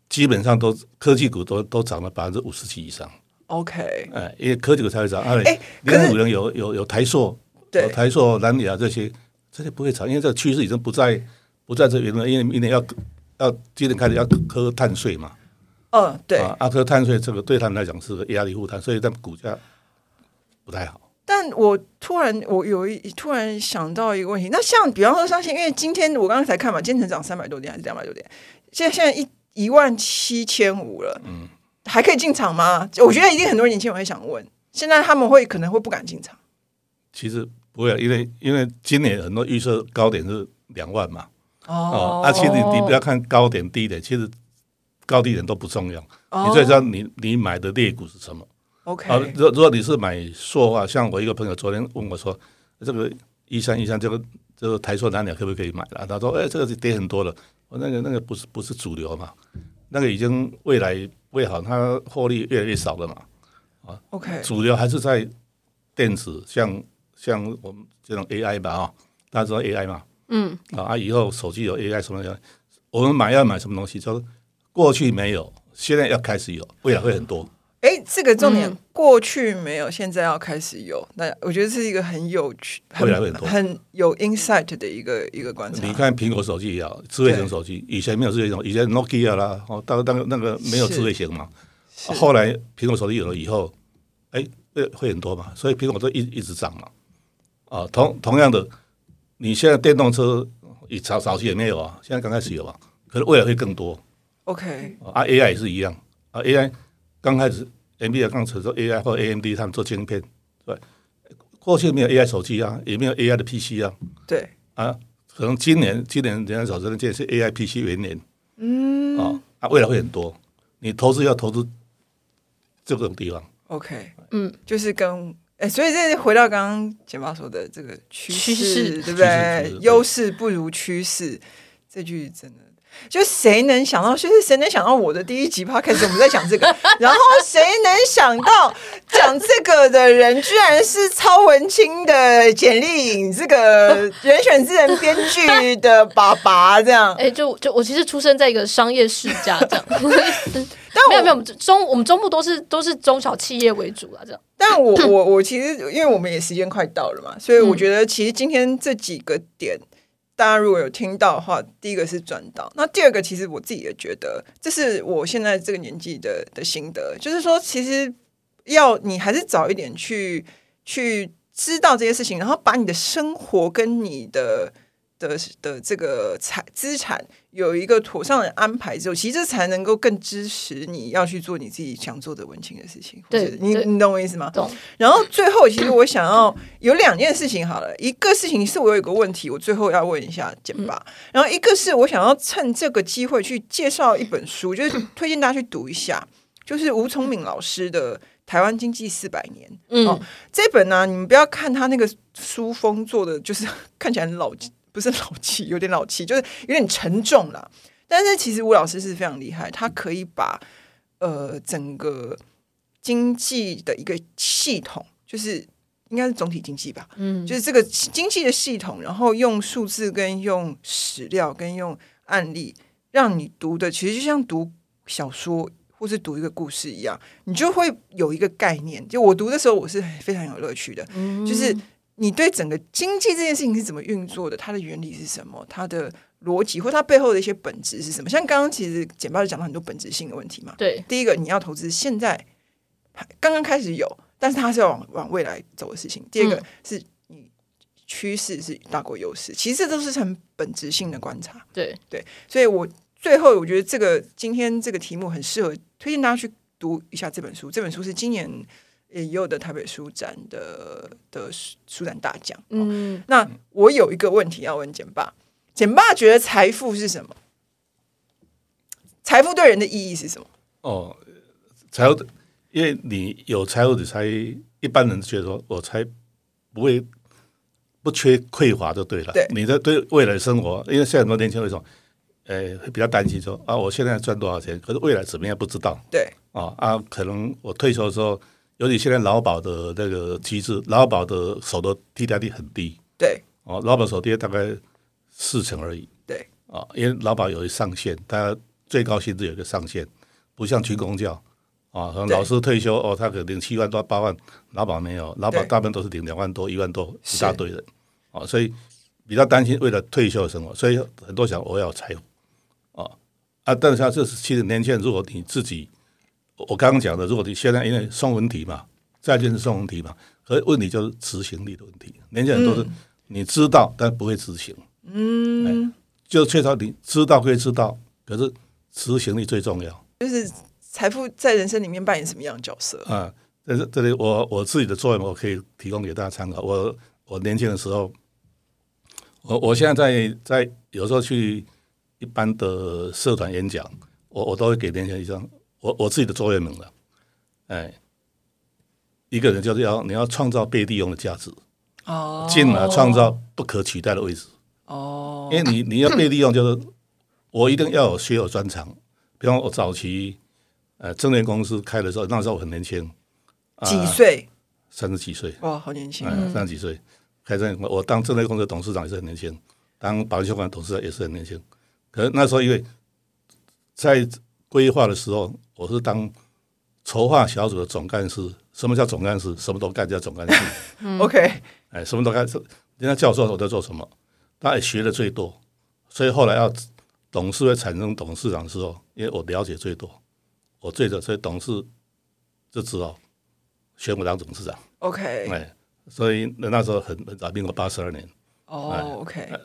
C: 基本上都科技股都都涨了百分之五十几以上，
A: ，OK，
C: 哎，因为科技股才会涨。哎
A: 哎，可
C: 零
A: 是
C: 零五零有有有台塑，
A: 对
C: 有台塑、南亚这些，这些不会涨，因为这个趋势已经不在不在这原了，因为明年要要几点开始要科碳税嘛，
A: 嗯，对。
C: 啊，啊科碳税这个对他们来讲是个压力负担，所以但股价不太好。
A: 但我突然，我有一突然想到一个问题，那像比方说，像现因为今天我刚刚才看嘛，今天才涨三百多点还是两百多点，现在现在一一万七千五了，嗯，还可以进场吗？我觉得一定很多年轻人会想问，现在他们会可能会不敢进场，
C: 其实不会，因为因为今年很多预设高点是两万嘛，哦，啊，其实你你不要看高点低点，其实高低点都不重要，
A: 哦
C: 你最知道你你买的猎股是什么。
A: OK，
C: 啊，如如果你是买塑化，像我一个朋友昨天问我说，这个一三一三这个这个台塑南鸟可不可以买了、他说，哎、这个是跌很多了，我那个那个不是不是主流嘛，那个已经未来未好，它获利越来越少了嘛。
A: OK，
C: 主流还是在电子，像像我们这种 AI 吧啊、大家知道 AI 嘛，嗯，啊，以后手机有 AI 什么的，我们买要买什么东西，就是过去没有，现在要开始有，未来会很多。
A: 哎，这个重点、过去没有，现在要开始有，那我觉得是一个很有趣、很
C: 未来会很多
A: 很有 insight 的一个一个观察
C: 你。看苹果手机也好，智慧型手机以前没有智慧型手机，以前 Nokia 啦，哦，当当那个没有智慧型嘛，
A: 是
C: 后来苹果手机有了以后，哎，会会很多嘛，所以苹果都一一直涨嘛。啊，同同样的，你现在电动车以早早期也没有啊，现在刚开始有啊，可是未来会更多
A: OK，
C: 啊。AI 也是一样啊，AI 刚开始 NVIDIA 刚成熟 AI 或 AMD 他们做晶片，对，过去没有 AI 手机啊，也没有 AI 的 PC 啊，
A: 对，
C: 啊，可能今年今年人家早知道这是 A I P C 元年，嗯，啊、啊，未来会很多。你投资要投资这种地方，
A: OK，嗯，就是跟哎、所以这是回到刚刚简爸说的这个趋
B: 趋
A: 对不
B: 势
C: 趋势趋势
A: 对
C: 对？
A: 优势不如趋势，这句真的。就谁能想到，就是谁能想到我的第一集 p 开始我们在讲 这个，然后谁能想到讲这个的人居然是超文清的简历颖这个人选之人编剧的爸爸这样
B: 哎、，就就我其实出生在一个商业世家这 样，
A: 但
B: 没有
A: 我
B: 没有，我们中我们中部都是都是中小企业为主啦，这样。
A: 但我
B: 嗯
A: 我我其实，因为我们也时间快到了嘛，所以我觉得其实今天这几个点，大家如果有听到的话，第一个是赚到，那第二个其实我自己也觉得，这是我现在这个年纪的的心得，就是说，其实要你还是早一点去去知道这些事情，然后把你的生活跟你的。的的这个财资产有一个妥善的安排之后，其实这才能够更支持你要去做你自己想做的文青的事情。或者
B: 对
A: 你
B: 对
A: 你懂我意思吗？
B: 懂。
A: 然后最后，其实我想要有两件事情好了，一个事情是我有一个问题，我最后要问一下简爸。然后一个是我想要趁这个机会去介绍一本书，就是推荐大家去读一下，就是吴崇敏老师的《台湾经济四百年》。
B: 嗯，
A: 哦这本呢、你们不要看它那个书封做的，就是 看起来很老气，不是老气，有点老气，就是有点沉重啦。但是其实吴老师是非常厉害，他可以把呃整个经济的一个系统，就是应该是总体经济吧，嗯，就是这个经济的系统，然后用数字跟用史料跟用案例，让你读的其实就像读小说或是读一个故事一样，你就会有一个概念。就我读的时候，我是非常有乐趣的，
B: 嗯
A: 就是你对整个经济这件事情是怎么运作的，它的原理是什么，它的逻辑或它背后的一些本质是什么。像刚刚其实简报就讲到很多本质性的问题嘛。
B: 对，
A: 第一个，你要投资现在还刚刚开始有，但是它是要往往未来走的事情。第二个
B: 嗯
A: 是你趋势是大过优势，其实这都是很本质性的观察。
B: 对，
A: 所以我最后我觉得这个今天这个题目很适合推荐大家去读一下这本书。这本书是今年也有的台北书展的的书书展大奖。哦
B: 嗯，
A: 那我有一个问题要问简爸，简爸觉得财富是什么？财富对人的意义是什么？
C: 哦，财务，因为你有财务，你才一般人觉得说我才不会不缺匮乏就对了。
A: 对
C: 你的对未来生活，因为现在很多年轻人说，呃，会比较担心说啊，我现在赚多少钱，可是未来怎么样不知道。
A: 对，
C: 啊啊，可能我退休的时候，尤其现在劳保的那个机制，劳保的手的替代率很低
A: 对，
C: 哦，劳保手跌大概四成而已。
A: 对
C: 啊，因为劳保有一上限，它最高薪资有一个上限，不像军工教啊，可能
A: 对
C: 老师退休哦，他可能领七万多八万，劳保没有，劳保
A: 对
C: 大部分都是领两万多一万多一
A: 是
C: 大堆人哦啊，所以比较担心为了退休的生活，所以很多想我要有财富啊，啊，但是他这是其实年轻人，如果你自己，我我刚刚讲的，如果你现在因为送文题嘛，债券是送文题嘛，可是问题就是执行力的问题。年轻人都是你知道，但不会执行。嗯，就缺少你知道归知道，可是执行力最重要
A: 财富在人生里面扮演什么样的角色？
C: 啊。在这这里我，我自己的作用我可以提供给大家参考。我我年轻的时候，我我现在在在有时候去一般的社团演讲，我我都会给年轻人一张我我自己的座右铭了。哎，一个人就是要你要创造被利用的价值，
A: 哦
C: 进而创造不可取代的位置。
A: 哦，
C: 因为你你要被利用，就是我一定要有学有专长。比方我早期呃证券公司开的时候，那时候我很年轻，
A: 几岁？
C: 三十几岁，
A: 哇，好年轻！
C: 嗯，三十几岁开证券公司，我当证券公司的董事长也是很年轻，当保险公司董事长也是很年轻。可是那时候因为在规划的时候，我是当筹划小组的总干事。什么叫总干事？什么都干叫总干事。
A: OK，
C: 哎，什么都干，是人家叫我做什么我在做什么，他也学的最多，所以后来要董事会产生董事长的时候，因为我了解最多，我最的，所以董事就知道选我当董事长，
A: OK，
C: 哎，所以那那时候很很早，民国八十二年
A: 哦，OK，
C: 嗯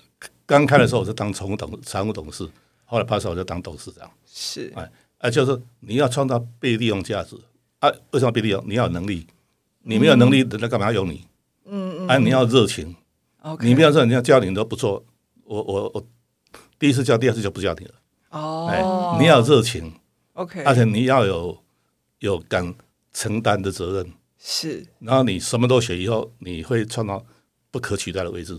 C: 刚开的时候，我是当常务董常务董事，后来八十我就当董事长，
A: 是
C: 哎，啊，就是你要创造被利用价值啊，为什么被利用？你要有能力，你没有能力，人家干嘛要用你？嗯嗯，啊，你要热情。
A: OK，
C: 嗯你不要说人家叫你都不做，我我我第一次叫，第二次就不叫你了。哎，
A: 哦，
C: 你要有热情，
A: OK，
C: 而且你要有有敢承担的责任。
A: 是
C: 然后你什么都学以后，你会创造不可取代的位置。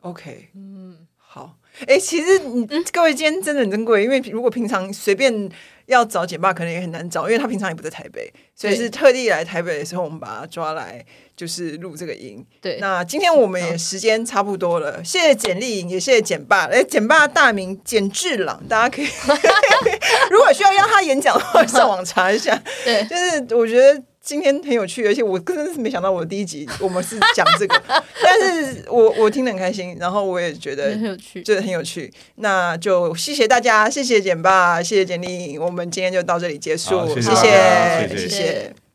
A: OK，嗯，好。哎、其实你
B: 嗯
A: 各位今天真的很珍贵，因为如果平常随便要找简爸，可能也很难找，因为他平常也不在台北，所以
B: 对
A: 是特地来台北的时候，我们把他抓来就是录这个音。
B: 对
A: 那今天我们也时间差不多了，谢谢简丽颖，也谢谢简爸。哎、简爸大名简志朗，大家可以 如果需要让他演讲的话，上网查一下。
B: 对
A: 就是我觉得今天很有趣，而且我真的是没想到我第一集我们是讲这个， 但是我我听得很开心，然后我也觉得
B: 很有趣。
A: 这很有趣。那就谢谢大家，谢谢简爸，谢谢简丽颖，我们今天就到这里结束
C: 好，谢谢
A: 谢
C: 大家谢
A: 谢
C: 谢
A: 谢。